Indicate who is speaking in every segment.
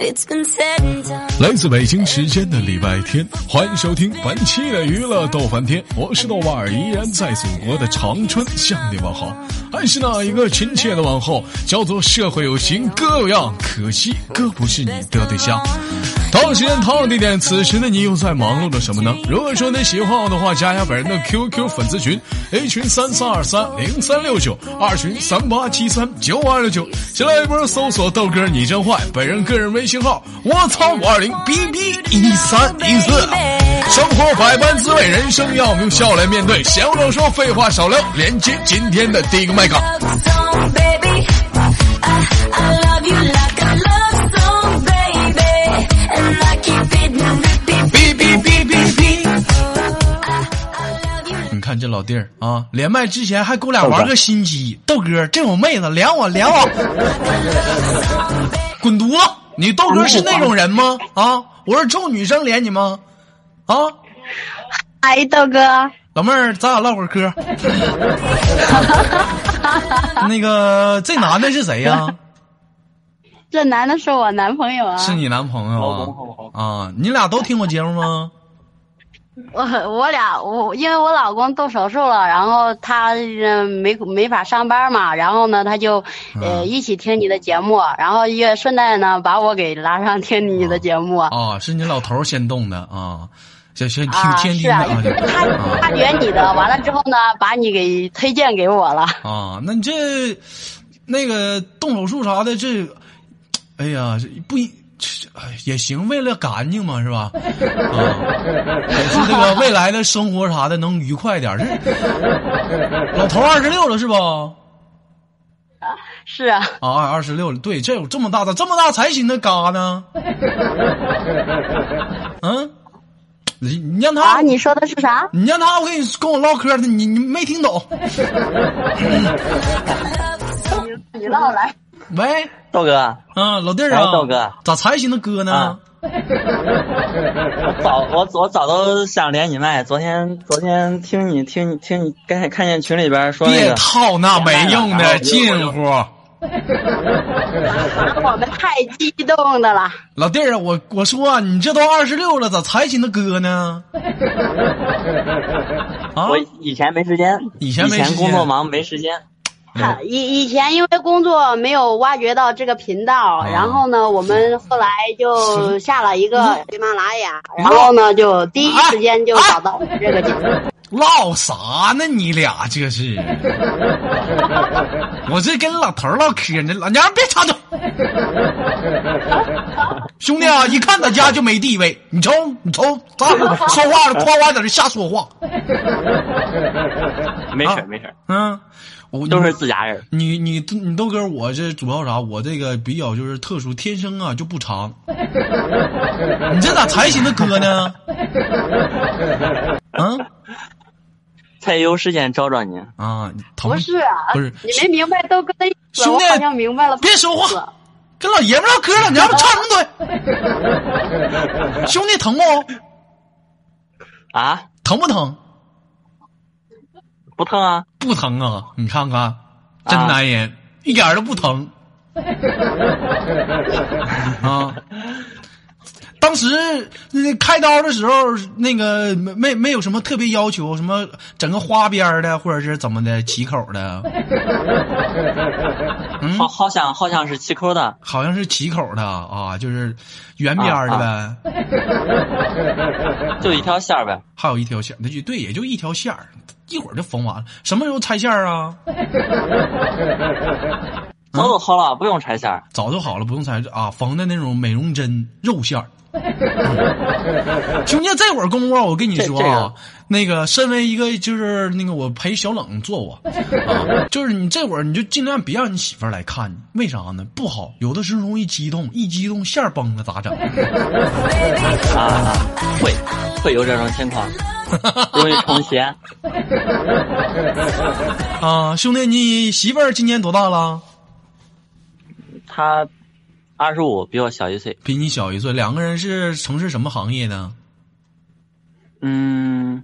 Speaker 1: It's been said and done.
Speaker 2: 来自北京时间的礼拜天，欢迎收听本期的娱乐逗翻天，我是豆瓣儿，依然在祖国的长春向你问好，还是那一个亲切的问候，叫做社会有情哥有样，可惜哥不是你的对象。同样时间，同样地点，此时的你又在忙碌着什么呢？如果说你喜欢我的话，加一下本人的 QQ 粉丝群，A 群三三二三零三六九，二群三八七三九二六九，新来一波搜索豆哥你真坏，本人个人微信号我操五二零 bb 一三一四。生活百般滋味，人生要我们用笑来面对。闲话少说，废话少聊，连接今天的第一个麦岗。
Speaker 1: Love song, baby. I, I love you like a love song, baby. And I keep it on repeat.
Speaker 2: 哔哔哔哔哔。
Speaker 1: I love you.
Speaker 2: 你看这老弟儿啊，连麦之前还给我俩
Speaker 3: 豆
Speaker 2: 玩
Speaker 3: 哥
Speaker 2: 个心机。豆哥，这种妹子连我连我，滚犊子！你豆哥是那种人吗？啊，我是冲女生连你吗？啊，
Speaker 4: 哎，豆哥，
Speaker 2: 老妹儿，咱俩唠会儿嗑。那个，这男的是谁呀、
Speaker 4: 这男的是我男朋友啊，
Speaker 2: 是你男朋友啊？啊，你俩都听我节目吗？
Speaker 4: 我我俩我因为我老公动手术了，然后他嗯没没法上班嘛，然后呢他就
Speaker 2: 嗯
Speaker 4: 呃一起听你的节目，然后也顺带呢把我给拉上听你的节目。
Speaker 2: 啊，是你老头儿先动的啊。先先听
Speaker 4: 啊，
Speaker 2: 天
Speaker 4: 是
Speaker 2: 津的
Speaker 4: 啊，
Speaker 2: 啊
Speaker 4: 因为 他
Speaker 2: 啊
Speaker 4: 他觉得你的，完了之后呢，把你给推荐给我了。
Speaker 2: 啊，那你这那个动手术啥的，这哎呀，这不一这哎也行，为了干净嘛，是吧？啊， 也是这个未来的生活啥的能愉快点儿。这老头二十六了是不？
Speaker 4: 是啊，
Speaker 2: 啊，二二十六了，对，这有这么大的，这么大才寻思嘎呢？嗯，你你让他、
Speaker 4: 啊，你说的是啥？
Speaker 2: 你让他，我跟你跟我唠嗑呢，你你没听懂？
Speaker 4: 你唠来。
Speaker 2: 喂，
Speaker 3: 豆哥，
Speaker 2: 啊，老弟儿
Speaker 3: 哎
Speaker 2: 啊，
Speaker 3: 豆哥
Speaker 2: 咋才寻思哥呢？
Speaker 3: 啊我早我我早都想连你麦，昨天昨天听你听你听你刚才看见群里边说那
Speaker 2: 别
Speaker 3: 个，
Speaker 2: 套那没用的近乎。
Speaker 4: 我们太激动的了。
Speaker 2: 老弟儿啊，我我说、啊、你这都二十六了，咋才寻思哥 呢？啊
Speaker 3: 我，以前没时间，
Speaker 2: 以前没时间
Speaker 3: 工作忙没时间，
Speaker 2: 嗯
Speaker 4: 啊以以前因为工作没有挖掘到这个频道，
Speaker 2: 啊
Speaker 4: 然后呢，我们后来就下了一
Speaker 2: 嗯
Speaker 4: 个喜马拉雅，然后呢，就第一时间就找到我们这个节目。
Speaker 2: 啊唠啥呢？你俩这是？ 我这跟老头儿唠嗑呢，老娘别插嘴。兄弟啊，一看他家就没地位，你瞅你瞅，咱俩说话了，夸夸在这瞎说话。
Speaker 3: 没事
Speaker 2: 啊
Speaker 3: 儿没事儿，
Speaker 2: 嗯，我
Speaker 3: 都是自家人。
Speaker 2: 你你你豆哥，我这主要啥？我这个比较就是特殊，天生啊就不长。你这咋才寻思哥 呢？嗯
Speaker 3: 才有时间找找你。
Speaker 2: 啊，疼
Speaker 4: 不是啊，
Speaker 2: 不是
Speaker 4: 你没明白豆哥的意思，
Speaker 2: 兄
Speaker 4: 我
Speaker 2: 弟
Speaker 4: 好像明白了。
Speaker 2: 别说话，跟老爷们唠嗑了，你让我插什么嘴？ 兄弟疼不？
Speaker 3: 啊，
Speaker 2: 疼不疼？
Speaker 3: 不疼啊，
Speaker 2: 不疼啊！你看看，真男人、一点儿都不 疼。啊！当时那开刀的时候，那个没没没有什么特别要求，什么整个花边儿的，或者是怎么的起口的，嗯
Speaker 3: 好好像好像是气抠的，
Speaker 2: 好像是起口的啊，就是圆边儿的呗，
Speaker 3: 就一条线儿呗。
Speaker 2: 还有一条线儿，那就对，也就一条线儿，一会儿就缝完了。什么时候拆线儿啊？
Speaker 3: 早都好了，不用拆线儿。
Speaker 2: 早就好了，不用裁啊，缝的那种美容针肉馅儿。 兄弟，这会儿功夫啊我跟你说
Speaker 3: 这这
Speaker 2: 啊
Speaker 3: 样，
Speaker 2: 那个身为一个就是那个我陪小冷做过，啊，就是你这会儿你就尽量别让你媳妇儿来看你，为啥呢？不好，有的时候容易激动，一激动线儿崩了咋整？
Speaker 3: 啊啊，会会有这种情况，容易重邪。
Speaker 2: 啊，兄弟，你媳妇儿今年多大了？
Speaker 3: 他二十五，比我小一岁。
Speaker 2: 比你小一岁，两个人是从事什么行业的？
Speaker 3: 嗯，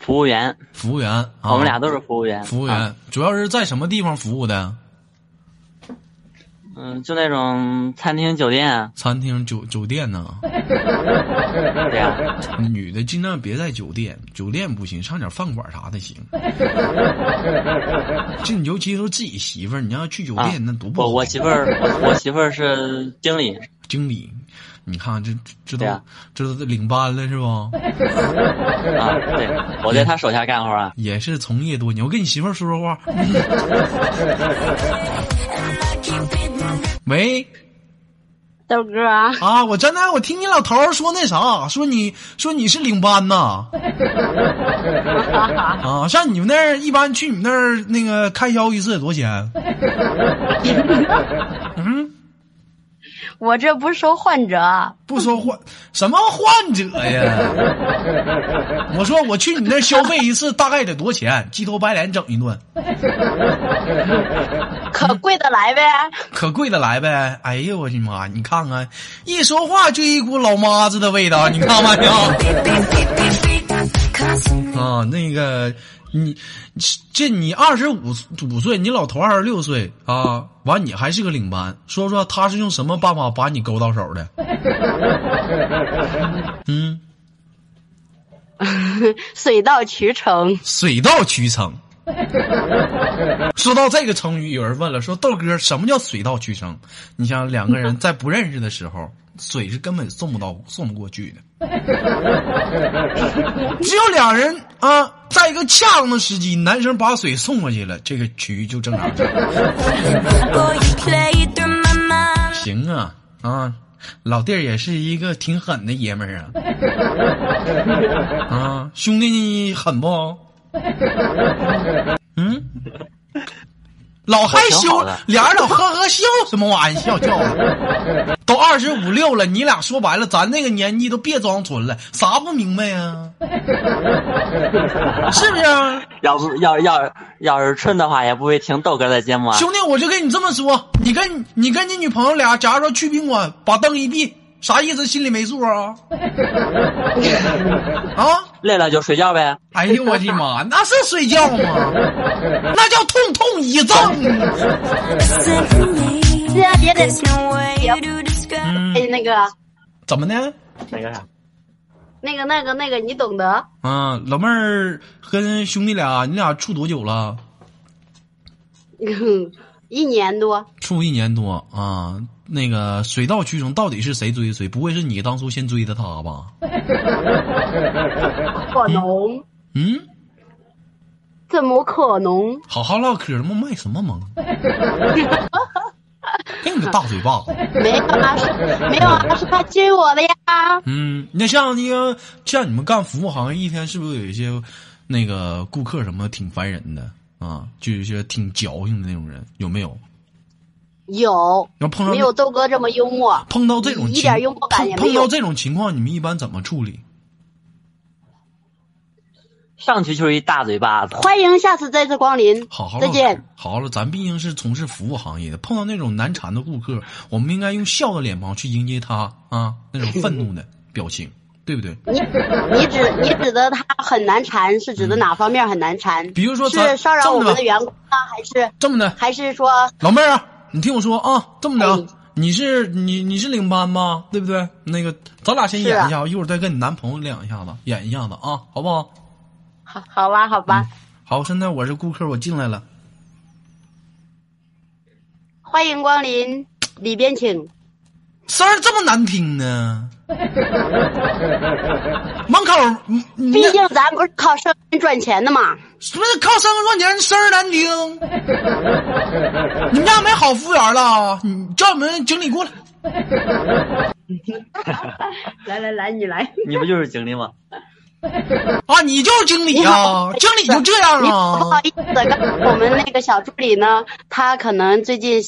Speaker 3: 服务员，
Speaker 2: 服务员。啊、
Speaker 3: 我们俩都是服务员。
Speaker 2: 服务员、
Speaker 3: 啊
Speaker 2: 主要是在什么地方服务的？
Speaker 3: 嗯，就那种餐厅、酒店，啊
Speaker 2: 餐厅、酒酒店 呢？
Speaker 3: 对呀，
Speaker 2: 女的尽量别在酒店，酒店不行，上点饭馆啥的 行。这你尤其是自己媳妇儿，你让她去酒
Speaker 3: 啊
Speaker 2: 店、那多不
Speaker 3: 我
Speaker 2: 好。
Speaker 3: 我媳妇儿，我我媳妇儿是经理，
Speaker 2: 经理，你看这这都、
Speaker 3: 对啊
Speaker 2: 这都领班了是 吧？
Speaker 3: 啊，对，我在他手下干活啊。
Speaker 2: 也是从业多年。我跟你媳妇儿说说 话。喂
Speaker 4: 豆哥啊，
Speaker 2: 啊，我真的，我听你老头儿说那啥，说你说你是领班呐，啊，上你们那儿一般去你们那儿那个开销一次多少钱？嗯，
Speaker 4: 我这不收患者，啊
Speaker 2: 不说患什么患者呀？我说我去你那儿消费一次大概得多少钱？鸡头白脸整一顿，
Speaker 4: 可贵得来呗。
Speaker 2: 可贵的来呗！哎呦我的妈！你看看，一说话就一股老妈子的味道，你看看呀。啊，那个你这你二十五五岁，你老头二十六岁啊，完你还是个领班，说说他是用什么办法把你勾到手的？嗯，
Speaker 4: 水到渠成，
Speaker 2: 水到渠成。说到这个成语，有人问了，说豆哥什么叫水到渠成？你想两个人在不认识的时候， 水是根本送不到、送不过去的。只有两人啊，在一个恰当的时机，男生把水送过去了，这个局就正常了。行啊啊，老弟儿也是一个挺狠的爷们儿 啊啊，兄弟你狠不？嗯，老害
Speaker 3: 挺
Speaker 2: 羞
Speaker 3: 好的，
Speaker 2: 俩人老呵呵笑什么玩意儿？笑叫的，都二十五六了，你俩说白了，咱那个年纪都别装纯了，啥不明白呀、是不是啊？
Speaker 3: 要不要要要是春的话，也不会听豆哥的节目啊。
Speaker 2: 兄弟，我就跟你这么说，你跟你跟你女朋友俩，假如说去宾馆，把灯一闭，啥意思？心里没数啊？啊！
Speaker 3: 累了就睡觉呗。
Speaker 2: 哎呦我的妈，那是睡觉吗？那叫痛痛一阵。
Speaker 4: 哎
Speaker 2: 嗯，
Speaker 4: 那个
Speaker 2: 怎么的？
Speaker 3: 那个啥，
Speaker 4: 那个那个那个，你懂得。
Speaker 2: 啊，老妹儿跟兄弟俩，你俩处多久了？
Speaker 4: 嗯一年多，
Speaker 2: 处一年多啊。那个水到渠成，到底是谁追的谁？不会是你当初先追的他吧？
Speaker 4: 可能？
Speaker 2: 嗯，
Speaker 4: 怎么可能？
Speaker 2: 好好唠嗑，他妈卖什么萌？ 给你个大嘴巴子！
Speaker 4: 没有啊，是没有啊，是他追我的呀。
Speaker 2: 嗯，那像那个像你们干服务行业，一天是不是有一些那个顾客什么挺烦人的啊？就有一些挺矫情的那种人，有没有？
Speaker 4: 有，
Speaker 2: 要碰
Speaker 4: 没
Speaker 2: 上
Speaker 4: 有豆哥这么幽默。
Speaker 2: 碰到这种
Speaker 4: 一
Speaker 2: 情
Speaker 4: 点幽默感也
Speaker 2: 碰
Speaker 4: 没
Speaker 2: 碰到
Speaker 4: 有，
Speaker 2: 这种情况，你们一般怎么处理？
Speaker 3: 上去就是一大嘴巴子。
Speaker 4: 欢迎下次再次光临。
Speaker 2: 好好
Speaker 4: 再
Speaker 2: 唠
Speaker 4: 见
Speaker 2: 嗑。好了，咱毕竟是从事服务行业的，碰到那种难缠的顾客，我们应该用笑的脸庞去迎接他啊，那种愤怒的表情，对不对？
Speaker 4: 你你指你指的他很难缠，是指的哪方面很难缠？
Speaker 2: 嗯比如说咱
Speaker 4: 是骚扰我
Speaker 2: 这么
Speaker 4: 们
Speaker 2: 着
Speaker 4: 的员工啊，还是
Speaker 2: 这么的，
Speaker 4: 还是说
Speaker 2: 老妹儿啊，你听我说啊，这么的啊
Speaker 4: 哎，
Speaker 2: 你是你你是领班吧？对不对？那个，咱俩先
Speaker 4: 是
Speaker 2: 演
Speaker 4: 啊
Speaker 2: 一下，一会儿再跟你男朋友亮一下子，演一下子啊，好不好？
Speaker 4: 好好吧好
Speaker 2: 嗯
Speaker 4: 吧？
Speaker 2: 好，现在我是顾客，我进来了。
Speaker 4: 欢迎光临，里边请。
Speaker 2: 声儿这么难听呢？门口嗯你
Speaker 4: 毕竟咱不是靠声音赚钱的嘛。
Speaker 2: 不是靠声赚钱，声儿难听。你们家没好服务员了？你叫你们经理过来。
Speaker 4: 来来来，你来，
Speaker 3: 你不就是经理吗？
Speaker 2: 啊，你就是经理
Speaker 4: 你
Speaker 2: 啊
Speaker 4: 好，
Speaker 2: 经理就这样
Speaker 4: 你好不
Speaker 2: 啊
Speaker 4: 好？意思，刚才我们那个小助理呢，他可能最近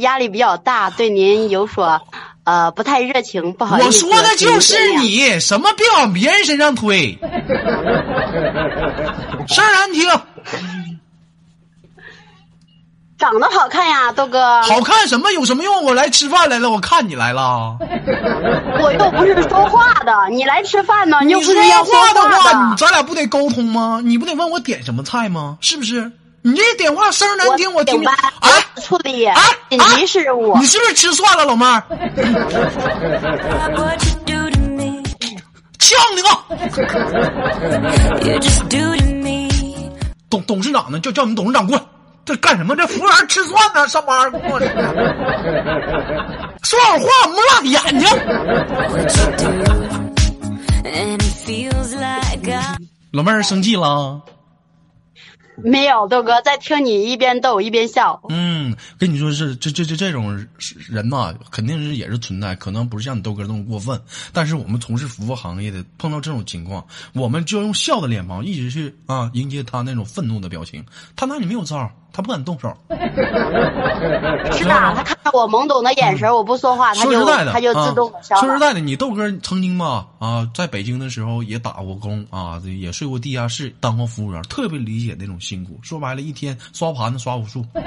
Speaker 4: 压力比较大，对您有所呃不太热情，不好意思。
Speaker 2: 我说的就是
Speaker 4: 请见谅。
Speaker 2: 你，什么别往别人身上 推，声儿难听，
Speaker 4: 长得好看呀，豆哥。
Speaker 2: 好看什么有什么用？我来吃饭来了，我看你来了。
Speaker 4: 我又不是说话的，你来吃饭呢，你又
Speaker 2: 啊你
Speaker 4: 不
Speaker 2: 说
Speaker 4: 是要说
Speaker 2: 话的话，
Speaker 4: 话
Speaker 2: 你咱俩不得沟通吗？你不得问我点什么菜吗？是不是？你这点话声儿难听，我听
Speaker 4: 顶
Speaker 2: 着。
Speaker 4: 班
Speaker 2: 哎，
Speaker 4: 处理
Speaker 2: 哎
Speaker 4: 紧急事务。
Speaker 2: 你是不是吃蒜了，老妹儿？
Speaker 1: Love what you do to me.
Speaker 2: 呛你个！
Speaker 1: You just do to me.
Speaker 2: 董董事长呢？叫叫你们董事长过来。这干什么？这服务员吃蒜呢？上班儿给我 说好话，抹辣眼睛。
Speaker 1: What you do. And it feels like I.
Speaker 2: 老妹儿生气了？
Speaker 4: 没有，豆哥在听你一边逗一边笑。
Speaker 2: 嗯，跟你说是这这这这种人呐、肯定是也是存在，可能不是像你豆哥那么过分，但是我们从事服务行业的，碰到这种情况，我们就用笑的脸庞一直去啊迎接他那种愤怒的表情，他那里没有招儿，他不敢动手。嗯
Speaker 4: 是啊，他看到我懵懂的眼神，我不说话，他
Speaker 2: 说实
Speaker 4: 就
Speaker 2: 在的，
Speaker 4: 他就自动
Speaker 2: 啊
Speaker 4: 的消
Speaker 2: 说实
Speaker 4: 了。
Speaker 2: 在的，你豆哥曾经吧啊，在北京的时候也打过工啊，这也睡过地下室，当过服务员，特别理解那种辛苦。说白了，一天刷盘子刷无数，盘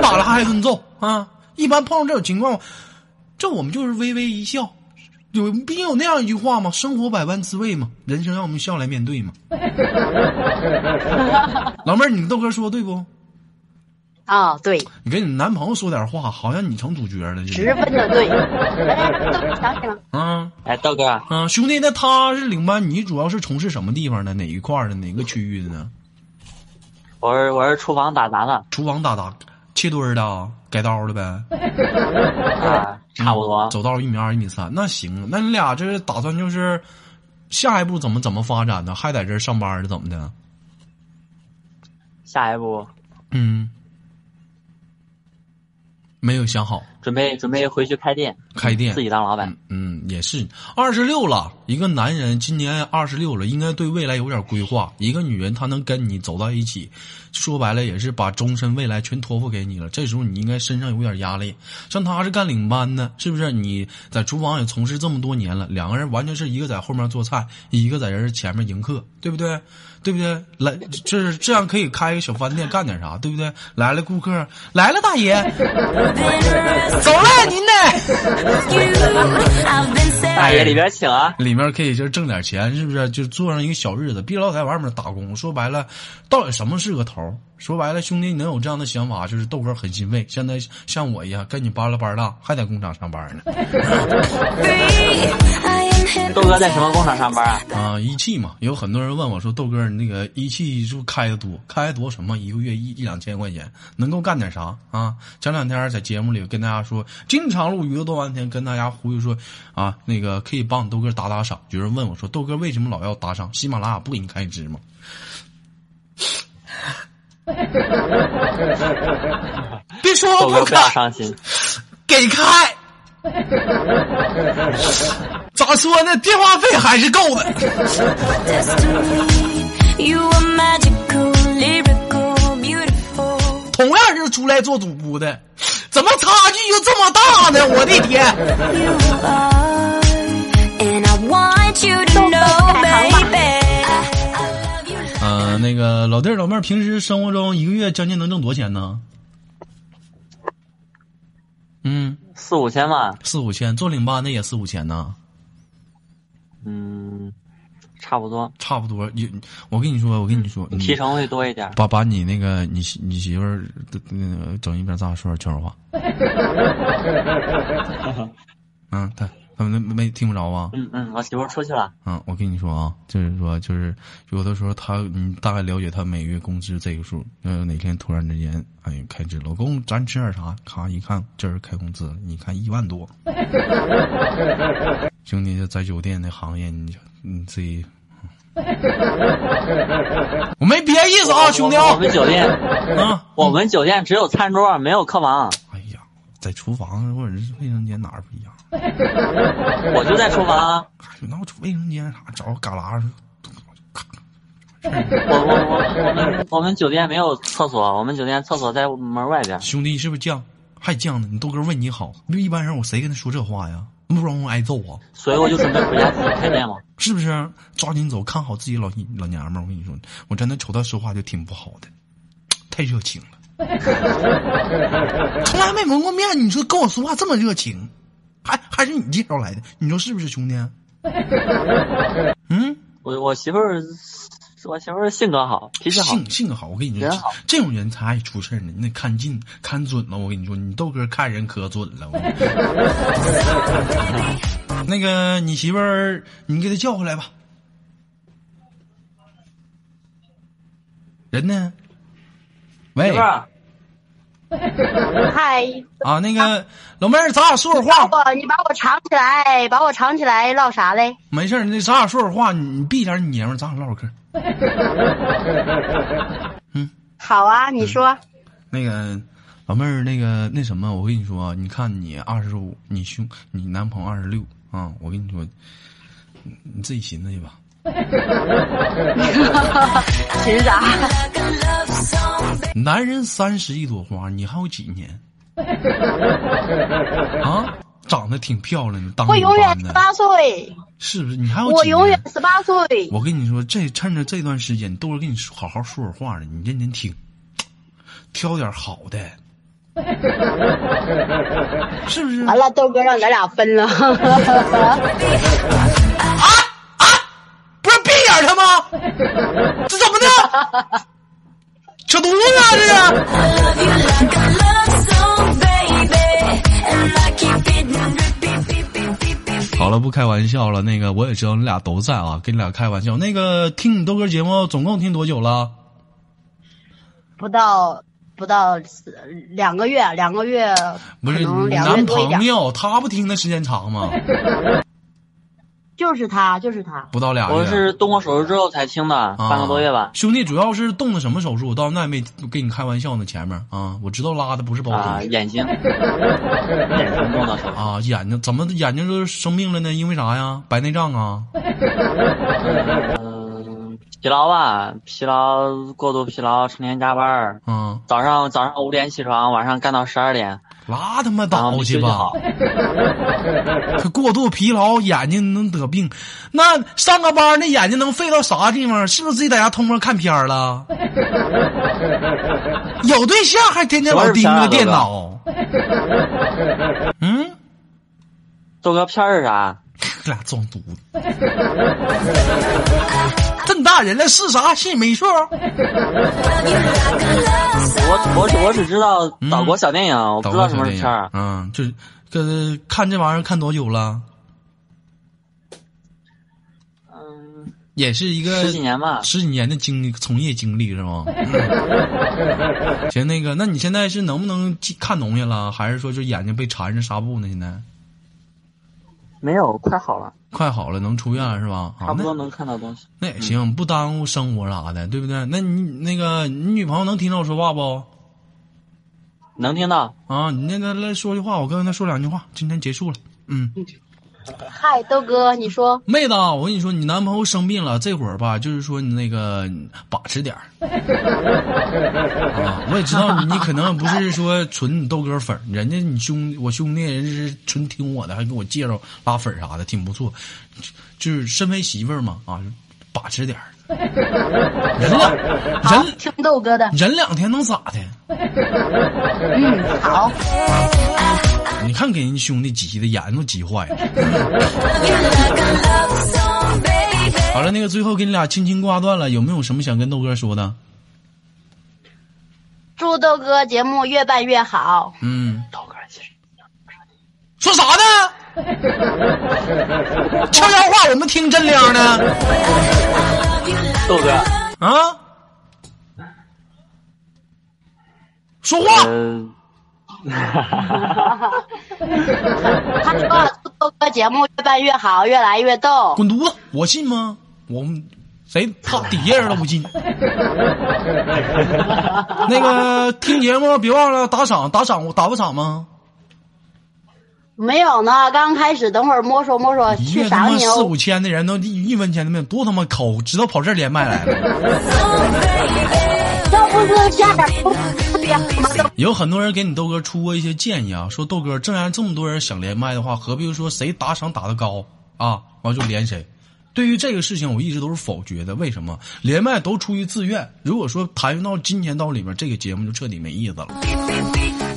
Speaker 2: 打了还挨顿揍啊。一般碰到这种情况，这我们就是微微一笑。有，毕竟有那样一句话嘛，生活百般滋味嘛，人生让我们笑来面对 嘛。老妹儿，你豆哥说对不？
Speaker 4: 啊，对，
Speaker 2: 你跟你男朋友说点话，好像你成主角了，就是
Speaker 4: 十分的对。哎，豆哥想起了，
Speaker 2: 啊。
Speaker 3: 哎，豆哥，
Speaker 2: 啊，兄弟，那他是领班，你主要是从事什么地方的？哪一块儿的？哪个区域的呢？
Speaker 3: 我是我是厨房打杂的
Speaker 2: 厨房打杂，切墩儿的啊，改刀的呗，
Speaker 3: 啊，差不多。
Speaker 2: 走道一米二、一米三，那行。那你俩这打算就是下一步怎么怎么发展呢？还在这儿上班儿的怎么的？
Speaker 3: 下一步
Speaker 2: 嗯，没有想好
Speaker 3: 准备准备回去开店，
Speaker 2: 开店
Speaker 3: 自。己当老板。
Speaker 2: 嗯，也是，二十六了，一个男人今年二十六了，应该对未来有点规划。一个女人她能跟你走到一起，说白了也是把终身未来全托付给你了。这时候你应该身上有点压力，像她是干领班的，是不是？你在厨房也从事这么多年了，两个人完全是一个在后面做菜，一个在人前面迎客，对不对？对不对？来，这是这样可以开个小饭店，干点啥，对不对？来了顾客，来了大爷，
Speaker 1: Been arrested
Speaker 2: 走了您呢。
Speaker 1: you. I've been
Speaker 3: 大爷
Speaker 1: saved.
Speaker 3: 里边请啊！
Speaker 2: 里面可以就是挣点钱，是不是？就做上一个小日子，别老在外面打工。说白了，到底什么是个头儿？说白了，兄弟，你能有这样的想法，就是豆哥很欣慰。现在像我一样，跟你扒拉扒拉，还在工厂上班呢，
Speaker 1: I am
Speaker 3: 豆哥在什么工厂上班啊？
Speaker 2: 啊，一汽嘛，有很多人问我说，豆哥，你那个一汽是不是开的多？开的多什么？一个月一一两千块钱，能够干点啥啊？前两天在节目里跟大家说，经常录娱乐多半天，跟大家忽悠说啊，那个可以帮你豆哥打打赏。有人问我说，豆哥为什么老要打赏？喜马拉雅不给你开支吗？ 别说
Speaker 3: 豆
Speaker 2: 我
Speaker 3: 哥
Speaker 2: 不
Speaker 3: 不要
Speaker 2: 开，
Speaker 3: 伤心，
Speaker 2: 给开。 咋说呢？电话费还是够的。
Speaker 1: destiny. You are magical, lyrical, beautiful.
Speaker 2: 同样是出来做主播的，怎么差距就这么大呢？ 我的天！
Speaker 1: You are, and I want you to know, baby. I love you.
Speaker 2: 嗯、那个老弟儿老妹儿，平时生活中一个月将近能挣多少钱呢？嗯，
Speaker 3: 四五千万，
Speaker 2: 四五千，做领班的也四五千呢，
Speaker 3: 嗯，差不多，
Speaker 2: 差不多。有，我跟你说，我跟你说，
Speaker 3: 提成会多一点。
Speaker 2: 把把你那个你媳你媳妇儿的那个整一边，咱俩说点悄悄话。嗯，他他们没没听不着啊吧？
Speaker 3: 嗯嗯，我媳妇儿出去了，
Speaker 2: 嗯，我跟你说啊，就是说，就是有的时候他，你大概了解他每月工资这个数，呃，哪天突然之间，哎，开支，老公，咱吃点啥？咔一看，这人开工资了，你看一万多，兄弟，这在酒店那行业，你就你自己，我没别的意思啊，兄弟啊
Speaker 3: 我我们酒店，
Speaker 2: 啊，
Speaker 3: 我们酒店只有餐桌，没有客房，
Speaker 2: 哎呀，在厨房或者是卫生间哪儿不一样？
Speaker 3: 我就在厨房。
Speaker 2: 哎呦，那我卫生间啥找个旮旯去，咔
Speaker 3: 我我我我们我们酒店没有厕所，我们酒店厕所在门外边。
Speaker 2: 兄弟，你是不是犟？还犟呢？你豆哥为你好，那一般人我谁跟他说这话呀？那不然我挨揍啊！
Speaker 3: 所以我就准备回家自己开店嘛。
Speaker 2: 是不是？抓紧走，看好自己老老娘们儿。我跟你说，我真的瞅他说话就挺不好的，太热情了， 从来没蒙过面。你说跟我说话这么热情，还还是你介绍来的？你说是不是，兄弟？嗯，
Speaker 3: 我我媳妇儿我媳妇儿性格好，脾气好，
Speaker 2: 性性格好，我跟你说
Speaker 3: 人好，
Speaker 2: 这种人才爱出事儿呢。你得看近看准了，我跟你说，你豆哥看人可准了。我 跟你说那个你媳妇儿，你给她叫回来吧。人呢？喂
Speaker 3: 媳妇儿，
Speaker 4: 嗨，
Speaker 2: 啊，那个老妹儿，咱俩说会儿话。
Speaker 4: 我你把我藏起来，把我藏起来，唠啥嘞？
Speaker 2: 没事儿，那咱俩说会儿话，你你闭点你爷们儿，咱俩唠会儿嗑。
Speaker 4: 好啊，你说，
Speaker 2: 那个老妹儿，那个那什么，我跟你说啊，你看你二十五，你兄你男朋友二十六啊，我跟你说，你你自己寻思去吧。嗯
Speaker 4: 寻啥？
Speaker 1: like a love song, baby.
Speaker 2: 男人三十一朵花，你还有几年？啊，长得挺漂亮的，当
Speaker 4: 我
Speaker 2: 女
Speaker 4: 永远
Speaker 2: 班
Speaker 4: 十
Speaker 2: 的，
Speaker 4: 八岁，
Speaker 2: 是不是？你还有几
Speaker 4: 我
Speaker 2: 年
Speaker 4: 永远十八岁。
Speaker 2: 我跟你说，这趁着这段时间，都是跟你说好好说会话的，你认真听，挑点好的， 是不是？
Speaker 4: 完了，豆哥让咱俩 分了。
Speaker 2: 不是闭眼儿他吗？ 这怎么的？扯犊子啊！这是
Speaker 1: I love you like a love song, baby. And I keep it repeat, repeat, repeat, repeat.
Speaker 2: 好了，不开玩笑了。那个我也知道你俩都在啊，跟你俩开玩笑。那个听你豆哥节目总共听多久了？
Speaker 4: 不到不到四两个月，两个月
Speaker 2: 不
Speaker 4: 可
Speaker 2: 是
Speaker 4: 能
Speaker 2: 你
Speaker 4: 两个月
Speaker 2: 男
Speaker 4: 多一点
Speaker 2: 朋，友，他不听的时间长 吗？
Speaker 4: 就是他，就是他。
Speaker 2: 不到俩月。
Speaker 3: 我是动过手术之后才听的，
Speaker 2: 啊
Speaker 3: 半个多月吧。
Speaker 2: 兄弟，主要是动的什么手术？我到现在没跟你开玩笑呢。前面啊，我知道拉的不是包
Speaker 3: 啊，
Speaker 2: 皮
Speaker 3: 眼睛，
Speaker 2: 哦
Speaker 3: 眼睛动的手术，
Speaker 2: 啊，眼睛怎么眼睛就生病了呢？因为啥呀？白内障啊？
Speaker 3: 嗯， 疲劳吧，疲劳过度疲劳，成天加班儿，
Speaker 2: 啊，
Speaker 3: 早上早上五点起床，晚上干到十二点，
Speaker 2: 拉他妈
Speaker 3: 然
Speaker 2: 倒
Speaker 3: 后没
Speaker 2: 去
Speaker 3: 休息
Speaker 2: 吧
Speaker 3: 好！。
Speaker 2: 可过度疲劳，眼睛能得病。那上个班儿那眼睛能废到啥地方？是不是自己在家偷摸看片儿了？ 有对象还天天老盯着电脑？嗯，
Speaker 3: 豆哥片儿是啥？
Speaker 2: 这俩装犊子！这么大人了，是啥是没啊错。
Speaker 3: 我我只我只知道岛国小电影，我不
Speaker 2: 导
Speaker 3: 知道什么是片儿。啊
Speaker 2: 嗯，就是这看这玩意儿看多久了？
Speaker 3: 嗯，
Speaker 2: 也是一个
Speaker 3: 十几年吧
Speaker 2: 十几年的经历，从业经历是吗？嗯行，那个，那你现在是能不能记看东西了，还是说就眼睛被缠着纱布呢？现在
Speaker 3: 没有，快好了，
Speaker 2: 快好了，能出院了是吧？啊
Speaker 3: 差，不多嗯
Speaker 2: 那
Speaker 3: 能看到东西。
Speaker 2: 那也行，不耽误生活啥的，对不对？那你那个你女朋友能听到我说话不？
Speaker 3: 能听 到，
Speaker 2: 啊，你那个来说句话，我跟她说两句话，今天结束了。嗯，
Speaker 4: 嗨，豆哥，你说
Speaker 2: 妹子啊，我跟你说，你男朋友生病了，这会儿吧，就是说你那个把持点儿。啊，我也知道你可能不是说纯你豆哥粉儿，人家你兄我兄弟人是纯听我的，还给我介绍拉粉儿啥的，挺不错。就是身为媳妇儿嘛，啊，把持点儿。人
Speaker 4: 好
Speaker 2: 两人
Speaker 4: 听豆哥的，
Speaker 2: 人两天能咋的？
Speaker 4: 嗯，好，
Speaker 2: 你看给人兄弟急的眼睛都急坏了。
Speaker 1: Love you like a love song, baby.
Speaker 2: 好了，那个最后给你俩轻轻挂断了，有没有什么想跟豆哥说的？
Speaker 4: 祝豆哥节目越办越好。
Speaker 2: 嗯。
Speaker 3: 豆哥其实
Speaker 2: 说啥呢？悄悄话我们听真亮呢
Speaker 3: 豆哥，
Speaker 2: 啊！说话，
Speaker 3: 嗯，
Speaker 4: 他说了祝豆哥节目越办越好，越来越逗。
Speaker 2: 滚犊子！我信吗？我们谁他底下人都不信。 那个听节目别忘了打赏，打赏打过赏吗？
Speaker 4: 没有呢，刚开始，等会儿摸索摸索
Speaker 2: 一
Speaker 4: 去
Speaker 2: 月他
Speaker 4: 赏
Speaker 2: 妈
Speaker 4: 你
Speaker 2: 四
Speaker 4: 哦
Speaker 2: 五。千的人都一一分钱都没有，多他妈抠，知道跑这儿连麦来了。
Speaker 4: 要不是下点功夫呀，什么都
Speaker 2: 有很多人给你豆哥出过一些建议啊，说豆哥，正然这么多人想连麦的话，何必说谁打赏打得高啊，完就连谁？
Speaker 5: 对于这个事情，我一直都是否决的。为什么？连麦都出于自愿。如果说谈论到金钱到里面，这个节目就彻底没意思了。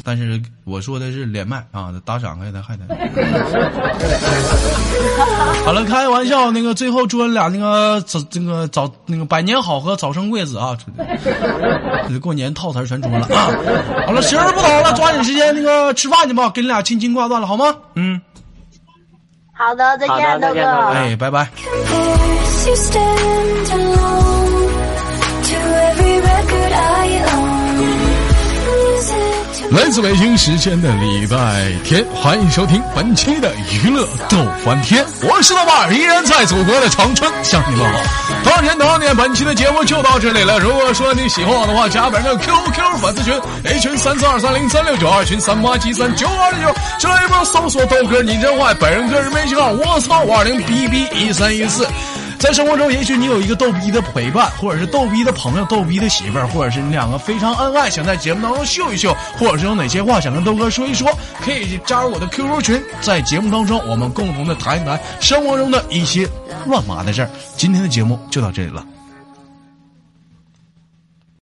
Speaker 5: 但是我说的是连麦啊，打赏还得还得。好了，开玩笑，那个最后祝俺俩那个早那个早那个百年好合，早生贵子啊！过年套词儿全出来了啊！好了，时候不早了，抓紧时间那个吃饭去吧，给你俩亲亲挂断了好吗？嗯，
Speaker 4: 好的，再
Speaker 3: 好
Speaker 4: 见，
Speaker 3: 的
Speaker 4: 豆
Speaker 3: 再见豆哥
Speaker 4: 哥。
Speaker 5: 哎，拜拜。
Speaker 1: Compares you stand alone to every record I own. Music to
Speaker 2: 来自北京时间的礼拜天，欢迎收听本期的娱乐逗翻天，我是豆瓣儿，依然在祖国的长春向你问好。多少天多少年，本期的节目就到这里了。如果说你喜欢我的话，加本人的 QQ 粉丝群，A 群三四二三零三六九，二群三八七三九二六九，这一波搜索豆哥你真坏，本人个人微信号我操五二零 bb 一三一四。在生活中，也许你有一个逗逼的陪伴，或者是逗逼的朋友、逗逼的媳妇儿，或者是你两个非常恩爱，想在节目当中秀一秀，或者是有哪些话想跟豆哥说一说，可以加入我的 QQ 群，在节目当中我们共同的谈一谈生活中的一些乱麻的事儿。今天的节目就到这里了，